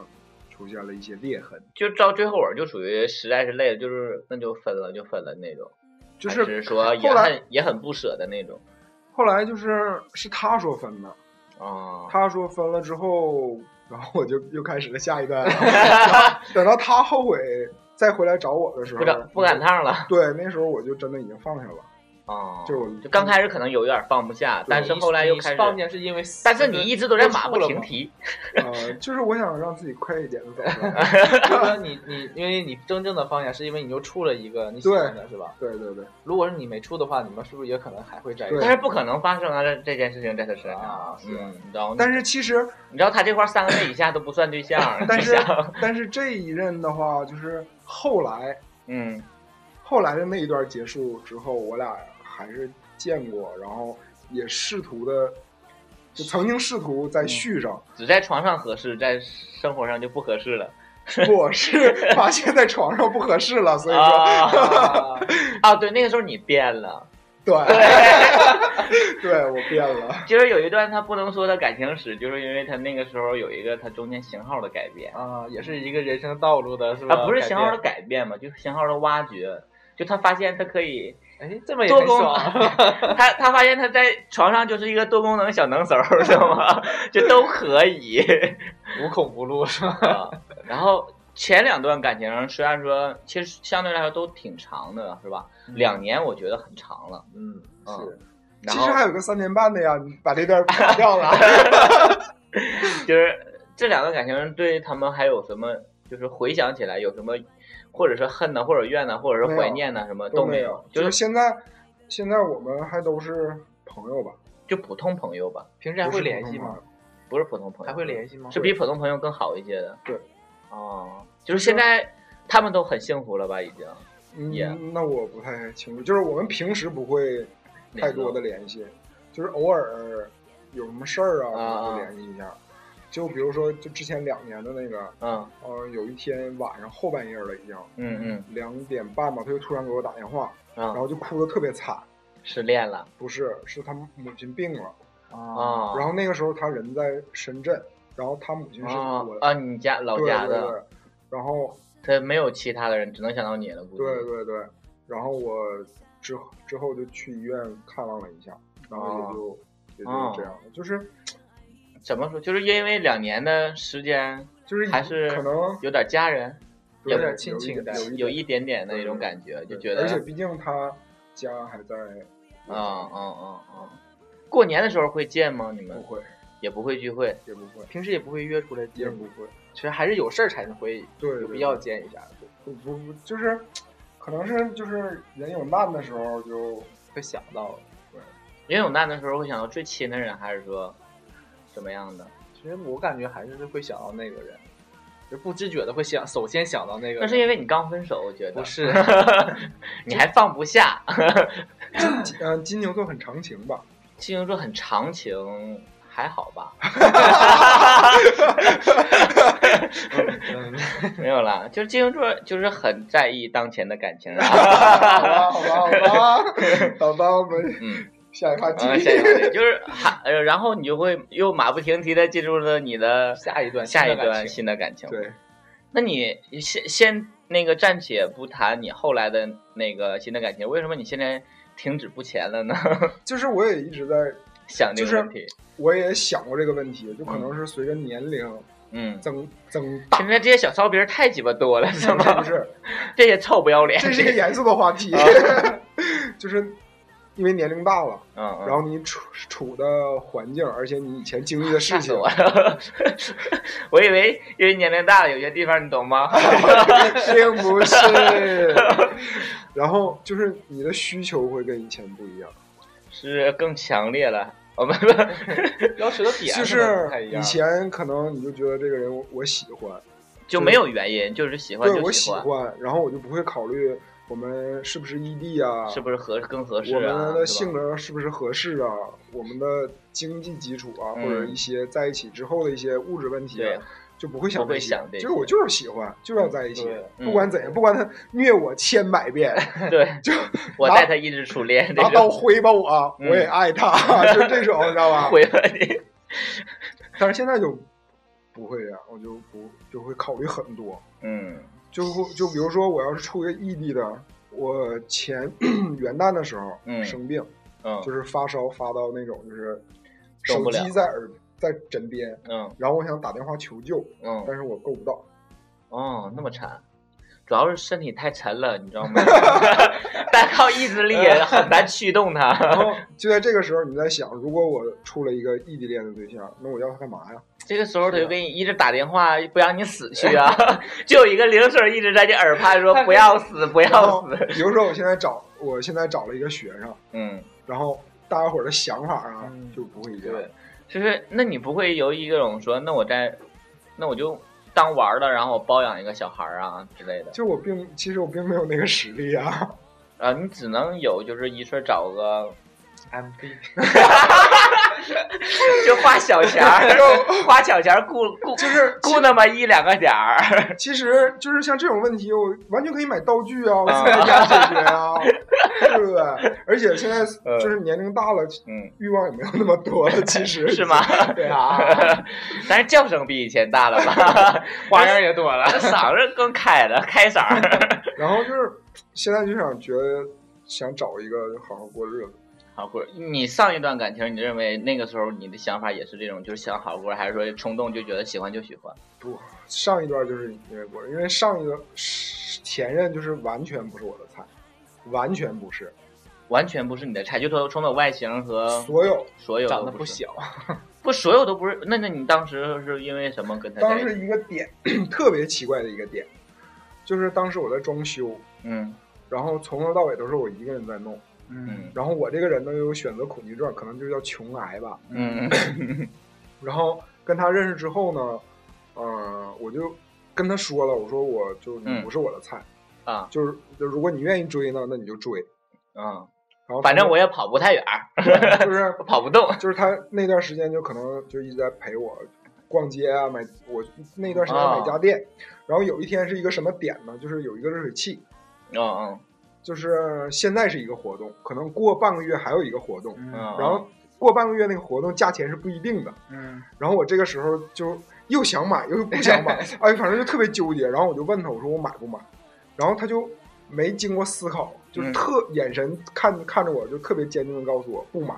D: 出现了一些裂痕，
B: 就到最后我就属于实在是累了，就是那就分了就分了那种，
D: 就
B: 还是说也
D: 后来
B: 很也很不舍的那种。
D: 后来就是是她说分的，
B: 啊，
D: 她说分了之后，然后我就又开始了下一段。然 后等到她后悔再回来找我的时候
B: 不，敢不赶趟了。
D: 对，那时候我就真的已经放下了，
B: 啊，
D: 就是我
B: 就刚开始可能有点放不下，但是后来又开始。
C: 放下是因为，
B: 但是你一 直都在马不停
C: 停蹄。
B: 蹄，
D: 呃，就是我想让自己快一点的走出来。
C: 就是说你你因为你真正的放下，是因为你又处了一个你喜欢的，是吧？
D: 对对对，
C: 如果是你没处的话，你们是不是也可能还会在一
D: 对
B: 但
C: 起？
B: 是不可能发生啊！这这件事情在他身上
C: 啊，是
B: 嗯，你知道吗？
D: 但是 其实，，
B: 你知道他这块三个月以下都不算对象
D: 但是
B: 你想
D: 但是这一任的话，就是后来
B: 嗯，
D: 后来的那一段结束之后，我俩还是见过，然后也试图的，就曾经试图再续上，
B: 只在床上合适，在生活上就不合适了。
D: 我是发现在床上不合适了，所以说，
B: 啊
C: 啊，
B: 啊，对，那个时候你变了，
D: 对 对，我变了，
B: 就是有一段他不能说的感情史，就是因为他那个时候有一个他中间型号的改变
C: 啊，也是一个人生道路的，是吧？
B: 啊，不是
C: 改
B: 型
C: 变
B: 号的，改变嘛，就是型号的挖掘。就他发现他可以
C: 哎，这么也
B: 多
C: 很
B: 功
C: 爽，
B: 能，他他发现他在床上就是一个多功能小能手，知道吗？ 就都可以。
C: 无孔不入，是吧？
B: 啊，然后前两段感情虽然说其实相对来说都挺长的，是吧？两年我觉得很长了，
C: 嗯，
B: 嗯
D: 嗯是。
B: 然
D: 其
B: 后
D: 实还有个三年半的呀，你把这段划掉了，
B: 就是这两段感情对他们还有什么？就是回想起来有什么，或者是恨呐，或者怨呐，或者是怀念呐，什么
D: 都
B: 都没
D: 有，
B: 就
D: 就是是现在现在我们还都是朋友吧，
B: 就普通朋友吧，
C: 平时还会联系吗？
B: 不是普通朋友，
C: 还会联系吗？
B: 是比普通朋友更好一些的。
D: 对，
B: 哦，就是现在他们都很幸福了吧？已经也
D: 嗯，那我不太清楚，就是我们平时不会太多的联系，就是偶尔有什么事儿啊，
B: 啊
D: 我们会联系一下。就比如说，就之前两年的那个，
B: 嗯
D: 呃，有一天晚上后半夜了已经，
B: 嗯
D: 两点半吧，他就突然给我打电话，
B: 嗯嗯
D: 然后就哭的特别惨，
B: 失恋了
D: 不是，是他母亲病了，
C: 啊，
B: 啊，
D: 然后那个时候他人在深圳，然后他母亲是
B: 啊
D: 我
B: 啊，你家老
D: 对
B: 家
D: 对
B: 的，
D: 对，然后
B: 他没有其他的人，只能想到你了，估计。
D: 对对对，然后我之后之后就去医院看望了一下，然后也就、也
B: 啊
D: 就这样了，就是
B: 怎么说？就是因为两年的时间，
D: 就是
B: 还是
D: 可能
B: 有点家人，
D: 对
B: 有
D: 有
C: 点
D: 一
C: 亲情的
D: 有一
B: 有
D: 点
B: 一点点的那种
D: 对
B: 感觉，就
D: 对
B: 觉
D: 而且
B: 得，
D: 毕竟他家还在，
B: 嗯嗯嗯嗯。过年的时候会见吗？你
D: 不
B: 们
D: 会
B: 也不会聚会
D: 也不会
C: 平时也不会约出来
D: 也
C: 见，
D: 不会，
C: 其实还是有事儿才能会
D: 对对对
C: 有必要见一下，
D: 不不不就是可能是就是人有难的时候就
C: 会想到。
B: 人有难的时候会想到最亲的人，还是说怎么样的？
C: 其实我感觉还是会想到那个人，就不知觉的会想，首先想到那个人。
B: 那是因为你刚分手，我觉得
C: 不是
B: 你还放不下。
D: 嗯、金牛座很长情吧，
B: 金牛座很长情，还好吧？
C: 嗯
B: 没有啦，就是金牛座就是很在意当前的感情啊。
D: 好吧好吧 好吧好吧，我们
B: 嗯。
D: 下一趴继
B: 嗯，下
D: 续。
B: 一个问题就是还，呃然后你就会又马不停蹄的进入了你的
C: 下一段，
B: 下一
C: 新的感
B: 段
C: 情
B: 新的感情。，
D: 对，
B: 那你先先那个暂且不谈你后来的那个新的感情，为什么你现在停止不前了呢？
D: 就是我也一直在
B: 想这个问题，
D: 我也想过这个问题，就可能是随着年龄
B: 嗯，
D: 增 增大，
B: 现在这些小骚逼儿太鸡巴多了，是
D: 是
B: 吗
D: 不？是？
B: 这些臭不要脸，
D: 这是一个严肃的话题，就是因为年龄大了，
B: 嗯，嗯
D: 然后你处处的环境，而且你以前经历的事
B: 吓死
D: 情，
B: 我了！ 我以为因为年龄大了，有些地方你懂吗？
D: 并不是。然后就是你的需求会跟以前不一样，
B: 是更强烈了。我们不
C: 要求的点
D: 就
C: 可能
D: 是
C: 不太一
D: 以
C: 样。
D: 前可能你就觉得这个人我我喜欢，
B: 就没有原因，就是喜欢
D: 对
B: 就
D: 我喜
B: 欢，
D: 欢，然后我就不会考虑我们是不是异地啊，
B: 是不是合更合适
D: 我
B: 啊？
D: 们
B: 是吧
D: 的性格是不是合适啊？我们的经济基础啊，
B: 嗯
D: 或者一些在一起之后的一些物质问题
B: 对
D: 啊，就不会想
B: 不会
D: 些
B: 想这些嗯
D: 就是我就是喜欢，就是要在一起，
C: 对
D: 不管怎样，不管他虐我千百遍，
B: 对，
D: 就
B: 我
D: 拿
B: 带他一直初恋
D: 拿
B: 这
D: 刀
B: 种
D: 挥吧我，
B: 嗯
D: 我也爱他，就这 种，你知道吧？
B: 回合 你，
D: 但是现在就不会这样，我就不就会考虑很多，
B: 嗯
D: 就会就比如说我要是出个异地的，我前 元旦的时候
B: 嗯
D: 生病，
B: 嗯
D: 就是发烧发到那种就是
B: 动
D: 手
B: 不了
D: 机在耳在枕边，
B: 嗯
D: 然后我想打电话求救，
B: 嗯，
D: 但是我够 不到。
B: 哦，那么惨。主要是身体太沉了，你知道 吗？单靠意志力也很难驱动
D: 然
B: 它。
D: 后就在这个时候，你在想，如果我处了一个异地恋的对象，那我要他干嘛呀？
B: 这个时候他
D: 啊
B: 就给你一直打电话，不让你死 去啊！就有一个铃声一直在你耳畔说不要死，不
D: 然
B: 要
D: 后
B: 死。
D: 比如说我现在找我现在找了一个学生，
B: 嗯，
D: 然后大家伙儿的想法啊、
C: 嗯
D: 就不会一样。
C: 对，
B: 就是那你不会有一种说，那我在，那我就当玩儿了，然后我包养一个小孩儿啊之类的
D: 就我并其实我并没有那个实力啊，
B: 啊？你只能有就是一顺找个
C: MV
B: 就花小钱 儿，花小钱儿雇雇
D: 就是
B: 雇那么一两个点儿，
D: 其实就是像这种问题，我完全可以买道具啊，我自己在家解决啊，对不对？而且现在就是年龄大了，
B: 嗯，
D: 欲望也没有那么多了，其实
B: 是吗？
D: 对啊，
B: 但是叫声比以前大了吧？
C: 花样也多了。
B: 嗓子更开了，开嗓儿，
D: 然后就是现在就想觉得想找一个好好过日子，
B: 好过。你上一段感情，你认为那个时候你的想法也是这种，就是想好过，还是说冲动就觉得喜欢就喜欢？
D: 上一段就是因为过，因为上一个前任就是完全不是我的菜，完全不是，
B: 完全不是你的菜，就说从的外形和
D: 所有
B: 所有都
C: 长得
B: 不
C: 不
B: 是，
C: 小，
B: 不所有都不是。那那你当时是因为什么跟他在
D: 当
B: 一起？
D: 时一个点 特别奇怪的一个点，就是当时我在装修，
B: 嗯
D: 然后从头到尾都是我一个人在弄。
B: 嗯
D: 然后我这个人呢又有选择恐惧症，可能就叫穷癌吧。
B: 嗯
D: 然后跟他认识之后呢，呃，我就跟他说了，我说我就你
B: 嗯
D: 不是我的菜，
B: 啊
D: 就是就如果你愿意追呢，那你就追。
B: 嗯，
D: 然后
B: 反正
D: 我
B: 我也跑不太远儿，
D: 就是
B: 我跑不动。
D: 就是他那段时间就可能就一直在陪我逛街啊，买我那段时间
B: 啊
D: 买家电。然后有一天是一个什么点呢？就是有一个热水器，
B: 嗯
D: 就是现在是一个活动，可能过半个月还有一个活动，
B: 嗯嗯，
C: 嗯
D: 然后过半个月那个活动价钱是不一定的。
C: 嗯，
D: 然后我这个时候就又想买又不想买，哎，反正就特别纠结。然后我就问他，我说我买不买？然后他就没经过思考，就是
B: 嗯
D: 特、眼神看看着我，就特别坚定的告诉我不买。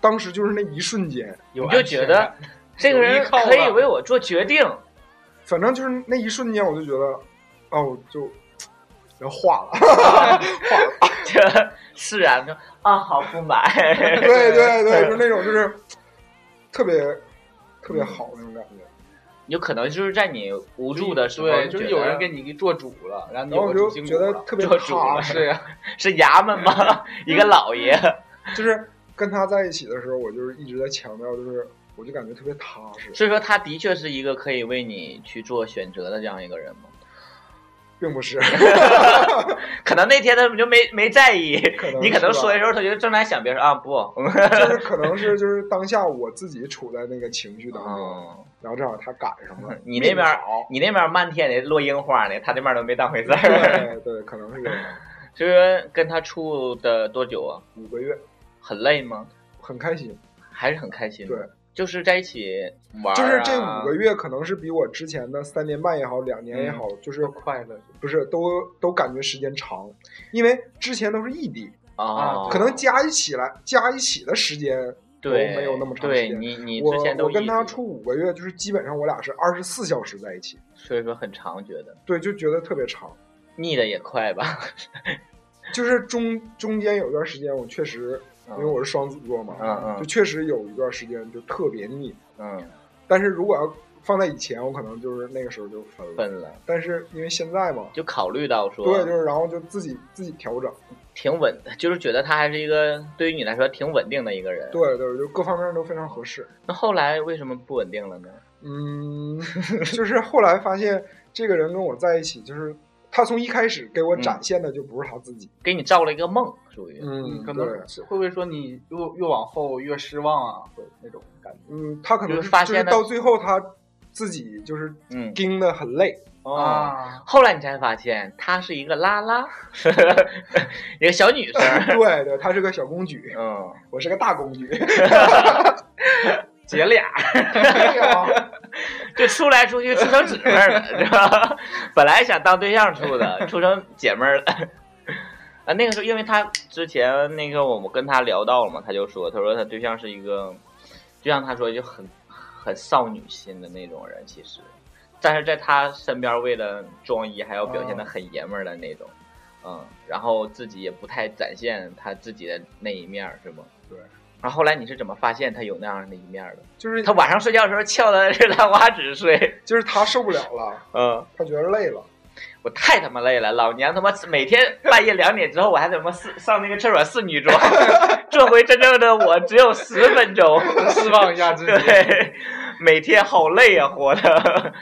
D: 当时就是那一瞬间，
C: 有
B: 你就觉得
C: 安全感
B: 这个
C: 有
B: 人
C: 依靠啊
B: 可以
C: 了
B: 为我做决定。
D: 反正就是那一瞬间，我就觉得，哦，就然后化了。
B: 这释然说啊，好不买。
D: 对对对，就是那种就是特别特别好那种感觉。
B: 有可能就是在你无助的时候，
C: 对，就是有人
B: 给
C: 给你做主了，然后你
D: 然后我
C: 有个主
D: 就
C: 心
D: 觉
C: 骨
D: 得
C: 了。
D: 特别
B: 做主
D: 踏
B: 了
D: 实，
C: 对啊嗯呀，
B: 是衙门吗？ 一个老爷。
D: 就是跟他在一起的时候，我就是一直在强调，就是我就感觉特别踏实。
B: 所以说，他的确是一个可以为你去做选择的这样一个人吗？
D: 并 不是，
B: 可能那天他们就没没在意，
D: 可能
B: 你可能
D: 是吧
B: 说的时候，他就正在想别人啊，不，
C: 嗯
D: 就是可能是就是当下我自己处在那个情绪当中，
B: 嗯，。
D: 然后正好他赶上了
B: 你那边
D: 命
B: 儿
D: 好
B: 你那边儿漫天的落樱花呢，他这边儿都没当回事 儿。
D: 对对，可能是这样。
B: 所以说，跟他处的多久啊？
D: 五个月
B: 很累吗？
D: 很开心，
B: 还是很开心？
D: 对，
B: 就是在一起玩、啊，
D: 就是这五个月可能是比我之前的三年半也好，两年
B: 嗯
D: 也好，就是
C: 快乐。
D: 不是都都感觉时间长，因为之前都是异地，
B: 啊，
D: 可能加一起来加一起的时间，
B: 对
D: 都没有那么长时
B: 对
D: 间
B: 你你
D: 我
B: 之前都
D: 我跟
B: 异
D: 他
B: 地
D: 处，五个月，就是基本上我俩是二十四小时在一起，
B: 所以说很长，觉得
D: 对，就觉得特别长。
B: 腻的也快吧。
D: 就是中中间有一段时间，我确实因为我是双子座嘛，
B: 嗯嗯
D: 就确实有一段时间就特别腻。
B: 嗯，
D: 但是如果要放在以前，我可能就是那个时候就分了。
B: 分了，
D: 但是因为现在嘛，
B: 就考虑到说，
D: 对，就是然后就自己自己调整，
B: 挺稳，就是觉得他还是一个对于你来说挺稳定的一个人。
D: 对对，就各方面都非常合适。
B: 那后来为什么不稳定了呢？
D: 嗯，就是后来发现这个人跟我在一起，就是他从一开始给我展现的就不是他自己。
B: 给你造了一个梦，属于
D: 嗯，
C: 可
D: 对，
C: 能是会不会说你越越往后越失望啊，会那种感觉
D: 嗯，他可能
B: 就是发
D: 就
B: 现
D: 是
B: 他
D: 到最后他自己就是
B: 嗯
D: 盯的很累。
B: 哦。
C: 嗯
B: 后来你才发现她是一个拉拉， 一个小 女生。
D: 对对，他是个小公举，
B: 嗯，
D: 我是个大公举。
C: 姐俩，
B: 就出来出去处成姊妹儿了，是吧？本来想当对象处的，处成姐妹儿了。啊，那个时候，因为她之前那个我们跟她聊到了嘛，她就说，她说她对象是一个，就像她说就很很少女心的那种人，其实，但是在她身边为了装一还要表现的很爷们儿的那种，嗯，然后自己也不太展现她自己的那一面儿，是吗？
D: 对。
B: 然后后来你是怎么发现她有那样的一面儿的？
D: 就是
B: 她晚上睡觉的时候翘的 是兰花指睡。
D: 就是他受不了了，
B: 嗯，
D: 他觉得累了。
B: 我太他妈累了，老娘他妈每天半夜两点之后，我还他妈四上那个厕所试女装，这回真正的我只有十分钟，
C: 释放一下自己。
B: 对，每天好累啊，活的。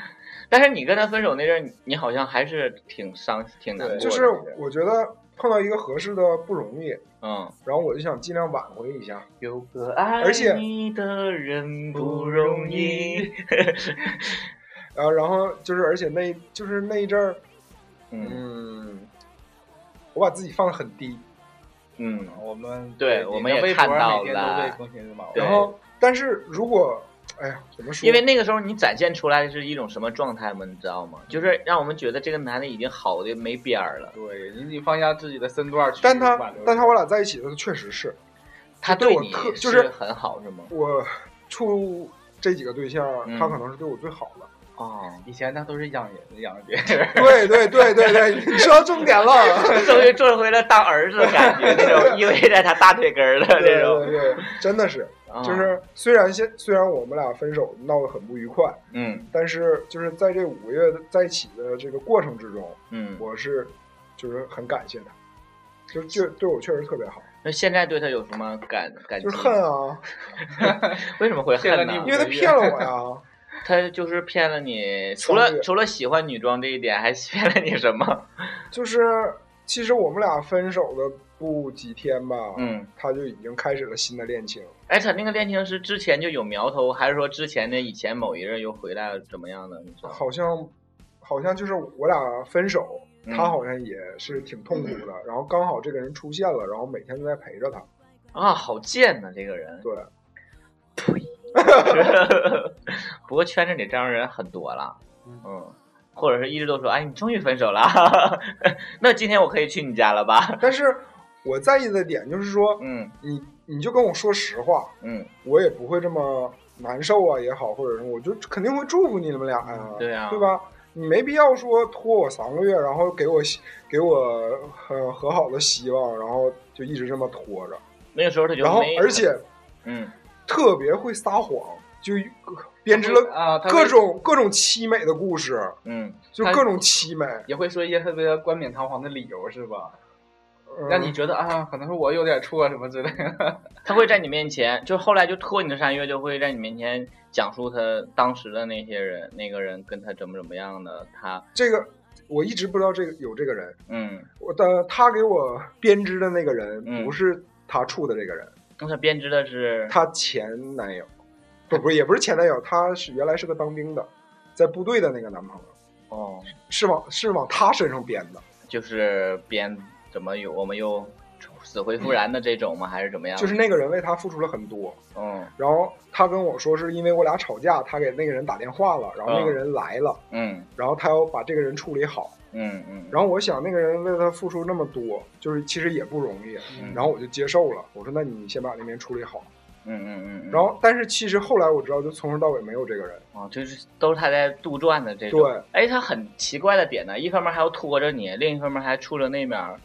B: 但是你跟他分手那阵儿，你你好像还是挺伤、挺难过的。
D: 就是我觉得碰到一个合适的不容易，
B: 嗯，
D: 然后我就想尽量挽回一下。
B: 有个爱
D: 而且
B: 你的人不容易。
D: 然后，呃然后就是，而且那就是那一阵儿，
B: 嗯
D: 嗯，我把自己放得很低，
B: 嗯，
C: 我们
B: 对
C: 你的
B: 我们也
C: 微博
B: 看到
C: 每天都
B: 了
C: 被更新的嘛，
B: 对
D: 然后，但是如果，哎呀，怎么说？
B: 因为那个时候你展现出来的是一种什么状态吗？你知道吗？就是让我们觉得这个男的已经好的没边儿了。
C: 对你得放下自己的身段去
D: 但他
C: 挽留人，
D: 但他我俩在一起的时候确实是
B: 他
D: 对我
B: 你
D: 特就是
B: 很好是吗？
D: 我处这几个对象，
B: 嗯
D: 他可能是对我最好的。
B: 哦，
C: 以前他都是养人养别人，
D: 对对对对对，你说到重 点了。
B: 终于做回了当儿子的感 觉，那种依偎在他大腿根儿的
D: 对
B: 这
D: 对
B: 种，
D: 对， 真的是，
B: 啊
D: 就是虽然现虽然我们俩分手闹得很不愉快，
B: 嗯
D: 但是就是在这五个月在一起的这个过程之中，
B: 嗯，
D: 我是就是很感谢他，就就对我确实特别好，
B: 那现在对他有什么感感激？
D: 就是恨啊，
B: 为什么会恨
C: 现在
B: 呢
C: 你
D: 因？为他骗了我呀，
B: 他就是骗了你，除
D: 三个
B: 了
D: 月
B: 除了喜欢女装这一点，还骗了你什么？
D: 就是其实我们俩分手的不几天吧，
B: 嗯，
D: 他就已经开始了新的恋情，
B: 哎，他那个恋情是之前就有苗头，还是说之前的以前某一任 又回来了，怎么样的？你知道吗？
D: 好像好像就是我俩分手。
B: 嗯
D: 他好像也是挺痛苦的，然后刚好这个人出现了，然后每天都在陪着他。
B: 啊，好贱呐、这个人。
D: 对，
B: 不过圈子里这样人很多了，
C: 嗯
B: 嗯，或者是一直都说，哎，你终于分手了，那今天我可以去你家了吧？
D: 但是我在意的点就是说，
B: 嗯
D: 你你就跟我说实话，
B: 嗯，
D: 我也不会这么难受啊也好，或者是我就肯定会祝福你们俩呀、
B: 对啊
D: 对吧？你没必要说拖我三个月，然后给我希给我呃和好的希望，然后就一直这么拖着，
B: 那个时候他就
D: 然后
B: 没，
D: 而且
B: 嗯，
D: 特别会撒谎，就 编织了
C: 啊，他会
D: 各种各种凄美的故事，
B: 嗯
D: 就
C: 他
D: 各种凄美，
C: 也会说一些特别冠冕堂皇的理由是吧？
D: 嗯
C: 让你觉得啊，可能是我有点错什么之类的。
B: 他会在你面前，就后来就拖你的三月，就会在你面前讲述他当时的那些人，那个人跟他怎么怎么样的，他，
D: 这个我一直不知道这个有这个人。
B: 嗯，
D: 我的他给我编织的那个人
B: 嗯
D: 不是他处的这个人，
B: 那他编织的是，
D: 他前男友，不不是也不是前男友，他是原来是个当兵的，在部队的那个男朋友，
B: 哦，
D: 是往是往他身上编的，
B: 就是编怎么有我们又死灰复燃的这种吗？还是怎么样？
D: 就是那个人为他付出了很多。
B: 嗯
D: 然后他跟我说，是因为我俩吵架，他给那个人打电话了，然后那个
B: 嗯
D: 人来了，
B: 嗯
D: 然后他要把这个人处理好。
B: 嗯嗯，
D: 然后我想，那个人为他付出那么多，就是其实也不容易。
B: 嗯
D: 然后我就接受了，我说那你先把那边处理好。
B: 嗯嗯嗯，
D: 然后，但是其实后来我知道，就从头到尾没有这个人。
B: 哦，就是都是他在杜撰的这种。
D: 对，
B: 哎，他很奇怪的点呢，一方面还要拖着你，另一方面还处着那面儿，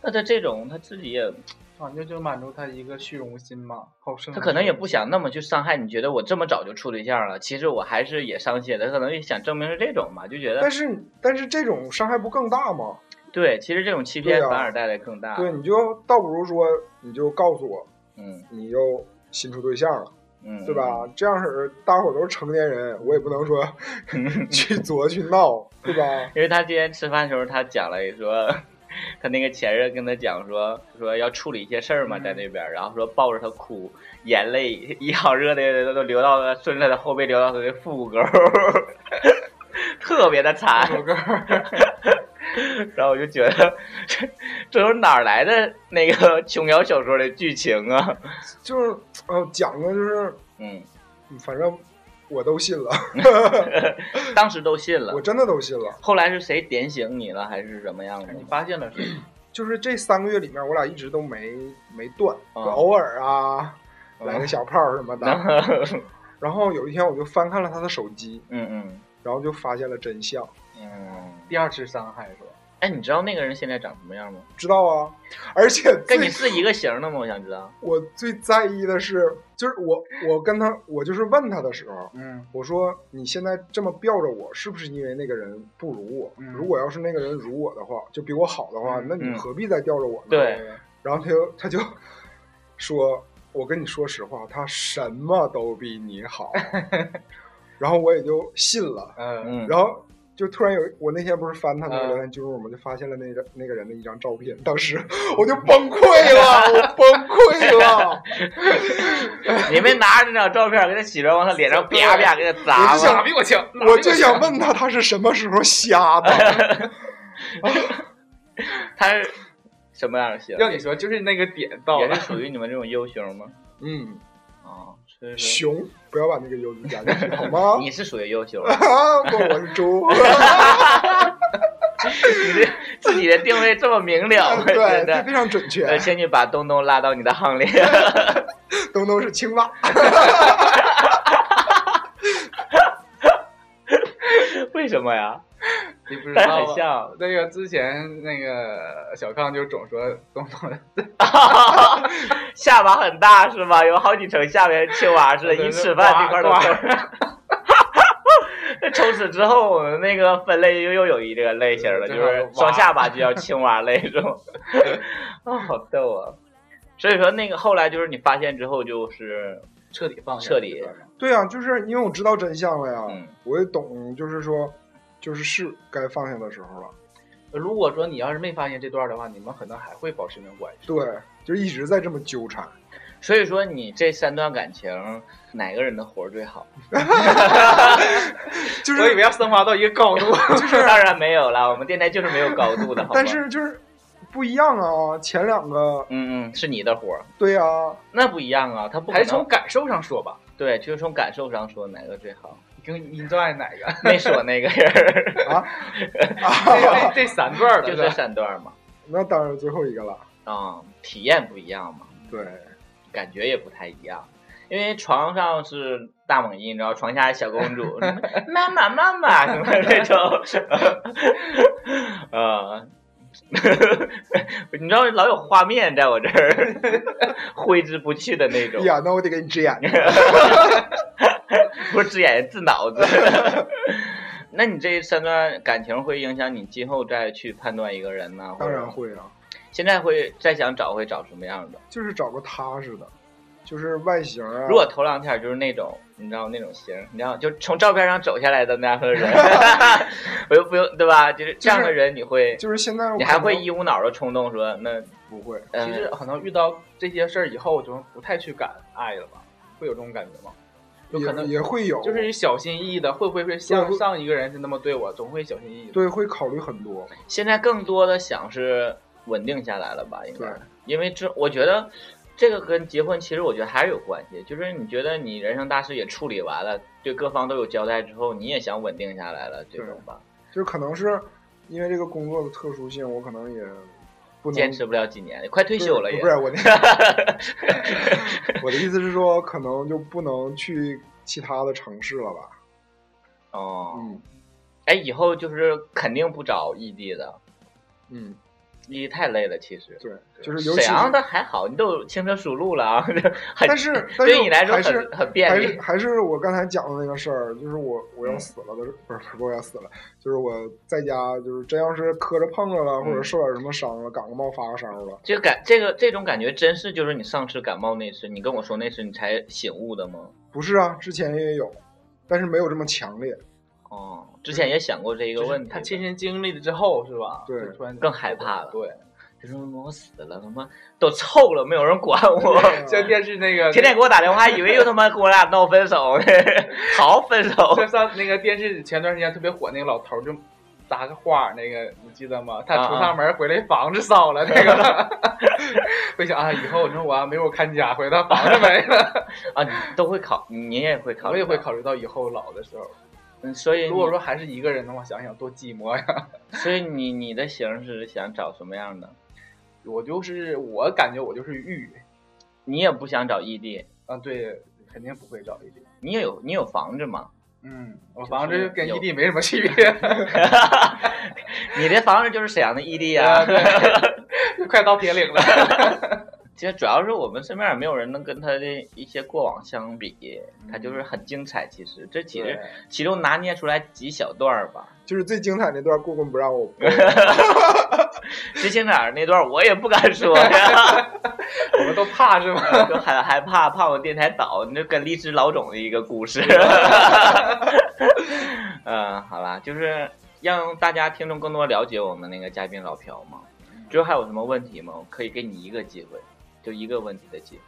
B: 那他这种他自己也，
D: 嗯
C: 反正就满足他一个虚荣心嘛，好胜。
B: 他可能也不想那么去伤害你。觉得我这么早就处对象了，其实我还是也伤心的。他可能也想证明是这种嘛，就觉得
D: 但是但是这种伤害不更大吗？
B: 对，其实这种欺骗
D: 对啊
B: 反而带来更大。
D: 对，你就倒不如说你就告诉我
B: 嗯
D: 你又新处对象了，
B: 嗯，
D: 对吧？这样式儿大伙儿都是成年人，我也不能说
B: 嗯
D: 去作去闹，对吧？
B: 因为他今天吃饭的时候，他讲了说， 他那个前任跟他讲说，说要处理一些事儿嘛，在那边儿，然后说抱着他哭，眼泪一好热的都流到了顺着他的后背流到他的腹股沟儿， 特别的惨。
C: 有个？
B: 然后我就觉得，这这是哪儿来的那个琼瑶小说的剧情啊？
D: 就是呃，讲的就是，
B: 嗯，
D: 反正我都信了，
B: 当时都信
D: 我
B: 了。
D: 真的都信了。
B: 后来是谁点醒你了，还是什么样的
C: 你发现了 是吗？
D: 就是这三个月里面，我俩一直都没没断，
B: 啊
D: 就偶尔啊来个小炮什 么的。然后有一天我就翻看了他的手机，
B: 嗯嗯
D: 然后就发现了真相，
B: 嗯。
C: 第二次伤害是吧？
B: 哎，你知道那个人现在长什么样吗？
D: 知道啊。而且
B: 跟
D: 最
B: 你是一个型的吗？我想知道。
D: 我最在意的是，就是我我跟他我就是问他的时候，
C: 嗯，
D: 我说你现在这么吊着我，是不是因为那个人不如我？
C: 嗯
D: 如果要是那个人如我的话，就比我好的话，
C: 嗯
D: 那你
B: 嗯
D: 何必再吊着我呢？
B: 对，
D: 然后他就他就 说：“我跟你说实话，他什么都比你好。”然后我也就信了。
C: 呃，
B: 嗯，
D: 然后就突然有我那天不是翻他那个聊天记录嘛，就发现了那个那个人的一张照片，当时 我就崩溃了，我崩溃了，
B: 你们拿着那张照片给他洗了，往他脸上啪啪给他
D: 我
B: 砸
D: 就想
B: 吧。
C: 比我强？
D: 我就想问他他是什么时候瞎的？
B: 他是什么样的型？
C: 要你说就是那个点到
B: 也
C: 了
B: 是，属于你们这种优型吗？
D: 嗯，
B: 啊，是是。
D: 熊，不要把那个优字加进 去好吗？，
B: 你是属于优秀
D: 啊，不，我是 猪。
B: 你这自己的定位这么明了，我
D: 对，
B: 觉
D: 这
B: 得。
D: 非常准确。
B: 呃，请你把东东拉到你的行列。
D: 东东是青蛙，
B: 为什么呀？
C: 你不知
B: 但
C: 道
B: 很
C: 吧？
B: 像，
C: 那个之前那个小康就总说东东的，
B: 下巴很大是吧？有好几层下面青蛙似的，一吃饭这块儿都
C: 呱
B: 是。 从此之后，我们那个分类又又有一个类型了，就
C: 对就是
B: 是
C: 蛙
B: 双下巴就叫青蛙类，是 吗？啊，好逗啊！所以说，那个后来就是你发现之后，就是
C: 彻底放下
B: 彻底
C: 这段了
D: 对啊，就是因为我知道真相了呀，
B: 嗯
D: 我也懂，就是说，就是是该放下的时候了。
C: 如果说你要是没发现这段的话，你们可能还会保持那种关系。
D: 对，就一直在这么纠缠。
B: 所以说，你这三段感情，哪个人的活儿最 好？
D: 就
C: 我以
D: 是，
C: 为要升华到一个高度，
B: 当然没有了，我们电台就是没有高度的，好吗
D: 但，是就是不一样啊。前两个，
B: 嗯嗯，是你的活儿，
D: 对啊，
B: 那不一样啊，他不可
C: 还
B: 能
C: 是从感受上说吧。
B: 对，就是从感受上说哪个最好，
C: 你更你最爱哪 个？
B: 没说那个人儿，
C: 这这这三段了
B: 就是这
C: 吧？
B: 三段嘛，
D: 那当然最后一个了。
B: 啊、体验不一样嘛，
D: 对，
B: 感觉也不太一样，因为床上是大猛一，你知道，床下是小公主，妈妈妈妈什么那 种，呃。 你知道老有画面在我这儿挥之不去的那种，
D: 哎呀，那我得给你 治眼睛。
B: 不是治眼睛治脑子。 那你这三段感情会影响你今后再去判断一个人呢？
D: 当然
B: 或者
D: 会啊，
B: 现在会再想找会找什么样的？
D: 就是找个踏实的，就是外形啊。
B: 如果头两天就是那种，你知道那种型，你知道，就从照片上走下来的那样的人， 我又不用对吧？就是这样的人，你会、
D: 就是现在我
B: 你还
D: 可能
B: 会一无脑的冲动说那
D: 不会？
B: 呃
C: 其实可能遇到这些事儿以后，我就不太去敢爱了吧？会有这种感觉吗？就可
D: 也
C: 能
D: 也会有，
C: 就是小心翼翼的，会不会会
D: 对
C: 像
D: 会
C: 上一个人是那么对我，总会小心翼翼的。
D: 对会考虑很多。
B: 现在更多的想是稳定下来了吧？应该
D: 对，
B: 因为这我觉得这个跟结婚其实我觉得还是有关系，就是你觉得你人生大事也处理完了，对各方都有交代之后，你也想稳定下来了，这种吧，
D: 就是可能是因为这个工作的特殊性，我可能也不能
B: 坚持不了几年，快退
D: 不是
B: 休了也
D: 不。是 我的，我的意思是说，可能就不能去其他的城市了吧？
B: 哦，
D: 嗯
B: 哎，以后就是肯定不找异地的，
D: 嗯，
B: 一太累了，其实。
D: 对，
C: 对
D: 就是尤
B: 沈
D: 其
B: 阳
D: 是，
B: 的还好，你都有轻车熟路了啊，很
D: 但是但是
B: 对你来说
D: 还是
B: 很很
D: 还
B: 便
D: 是
B: 利。
D: 还是我刚才讲的那个事儿，就是我我
C: 嗯
D: 要死了的，不是不是我要死了，就是我在家就是真要是磕着碰着了，
C: 嗯
D: 或者受点什么伤了，感个冒发个烧了，
B: 这感这个这种感觉真是就是你上次感冒那次，你跟我说那次你才醒悟的吗？
D: 不是啊，之前也有，但是没有这么强烈。
B: 哦，之前也想过这一个问题，
C: 他亲身经历了之后是吧？
D: 对
C: 就突然
B: 更害怕了
C: 对，
B: 他说我死了，他妈都臭了，没有人管我，
D: 啊
C: 像电视那个
B: 天天给我打电话，以为又他妈跟我俩闹分手， 好好分手。
C: 就上那个电视前段时间特别火那个老头儿就扎个花儿那个，你记得吗？他出趟门回来房子烧了，那个 会想啊，以后你说我要没有看家，回到房子没 了，
B: 啊，你都会考，你也会考，
C: 我也会。考虑到以后老的时候。
B: 嗯，所以你
C: 如果说还是一个人的话，想想多寂寞呀。
B: 所以你你的型是想找什么样的？
C: 我就是我感觉我就是玉，
B: 你也不想找异地，
C: 啊，对，肯定不会找异地。
B: 你也有你有房子吗？
C: 嗯，我房子
B: 就是
C: 跟
B: 有
C: 异地没什么区别。
B: 你的房子就是沈阳的异地啊
C: 啊，。对， 快到铁岭了。
B: 其实主要是我们身边也没有人能跟他的一些过往相比，他就是很精彩。其实这其实其中拿捏出来几小段儿吧。
D: 就是最精彩那段，棍棍不让我播，
B: 知青点儿那段儿我也不敢说呀，
C: 对我们都怕是吗？
B: 就很害怕怕我电台倒。你这跟离职老总的一个故事。 嗯，好啦，就是让大家听众更多了解我们那个嘉宾老朴嘛。之后还有什么问题吗？我可以给你一个机会，就一个问题的机会。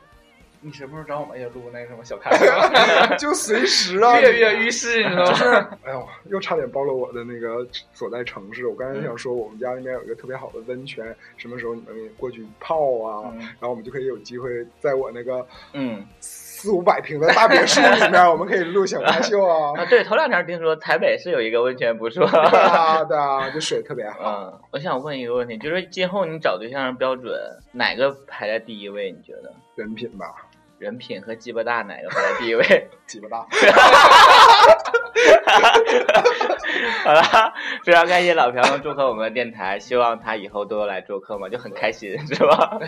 C: 你什么时候找我们也录那个什么 小开场？
D: 就随时啊，
C: 跃跃欲试，你知道吗？
D: 哎呦，又差点暴露我的那个所在城市。我刚才想说，我们家那边有一个特别好的温泉，什么时候你们过去泡啊？然后我们就可以有机会在我那个
B: 嗯，
D: 四五百平的大别墅里面，我们可以录小花秀啊。
B: 啊，对，头两天听说台北是有一个温泉不错。
D: 对啊，对啊，就水特别好。
B: 嗯，我想问一个问题，就是今后你找对象的标准哪个排在第一位？你觉得
D: 人品吧，
B: 人品和鸡巴大哪个排在第一位？
D: 鸡巴大。
B: 好了，非常感谢老朴能做客我们的电台，希望他以后多来做客嘛，就很开心，是吧？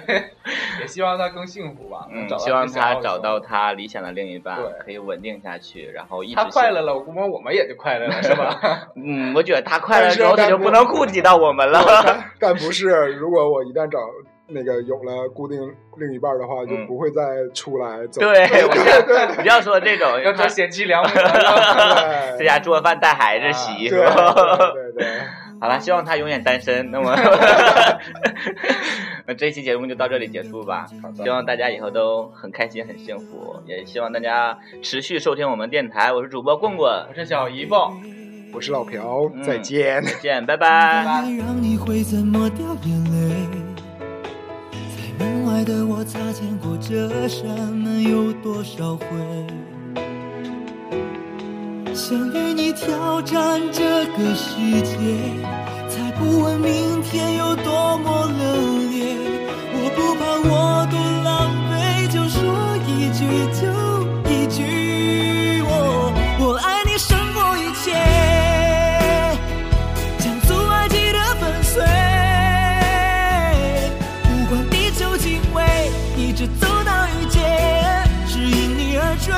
C: 也希望他更幸福吧。
B: 嗯
C: 能找，到
B: 希望
C: 自己想要
B: 他
C: 的
B: 找
C: 生
B: 到
C: 活
B: 他理想的另一半，
C: 对
B: 可以稳定下去，然后一直
C: 他快
B: 幸
C: 乐了，我估摸我们也就快乐了，是 吧？
B: 嗯，我觉得他快乐
D: 但是
B: 之后他
D: 但
B: 就
D: 不
B: 不能顾及到我们了。
D: 但不是，如果我一旦找那个有了固定另一半的话，就
B: 嗯
D: 不会再出来走。
B: 对， 我就你要说这种，
C: 要做贤妻良母了，
D: 对
B: 在家做饭、带孩子、
C: 啊
B: 洗衣
D: 对
B: 服。
D: 对对 对，
B: 好
C: 哦
B: 了，希望他永远单身。那么， 那这期节目就到这里结束吧。希望大家以后都很开心、很幸福，也希望大家持续收听我们电台。我是主播棍棍
C: 我，是小姨夫。
D: 我是老朴
B: 嗯，
D: 再见。
B: 再见，拜拜。
E: 你让你会怎么掉眼泪？在门外的我擦肩过这扇门有多少回？想与你挑战这个世界，才不问明天有多么冷冽。我不怕我多狼狈，就说一句就一句，我我爱你胜过一切。将阻碍记得粉碎。不管地球几围，一直走到遇见，是因你而追。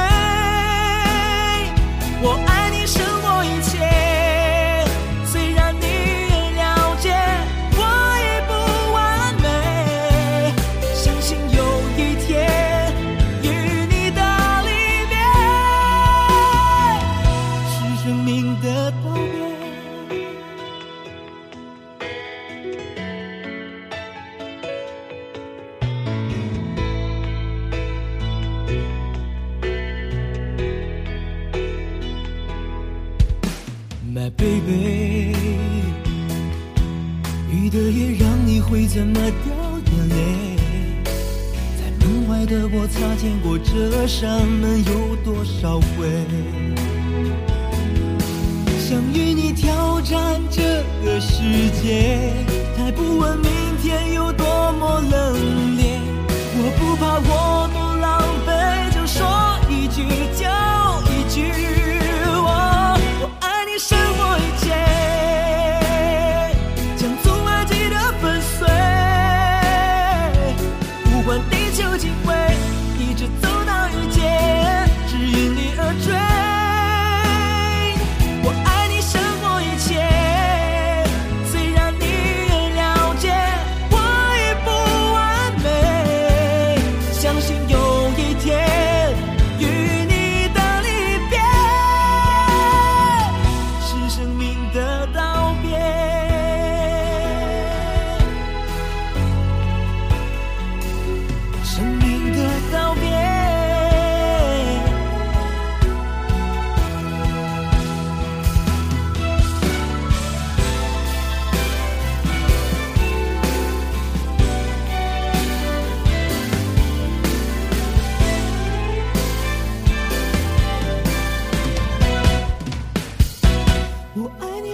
E: 我爱你胜过一切，虽然你也了解我已不完美，相信有一天与你的离别是生命的告别。My baby，雨的夜让你会怎么掉眼泪？在门外的我擦肩过这扇门有多少回？想与你挑战这个世界，才不问明天有多么冷冽。我不怕我不狼狈，就说一句就一句，我我爱你胜过一切，将阻碍记得粉碎。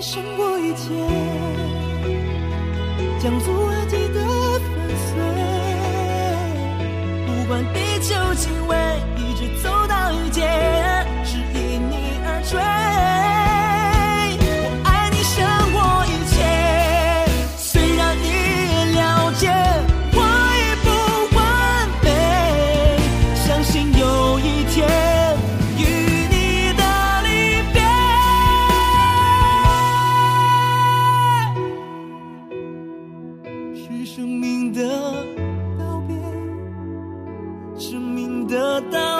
E: 胜过一切，将阻碍击得粉碎。不管地球几纬，一直走到遇见，是因你而追。我爱你胜过一切，虽然你也了解我已不完美，相信有一天与你的离别。是生命的道别，生命的道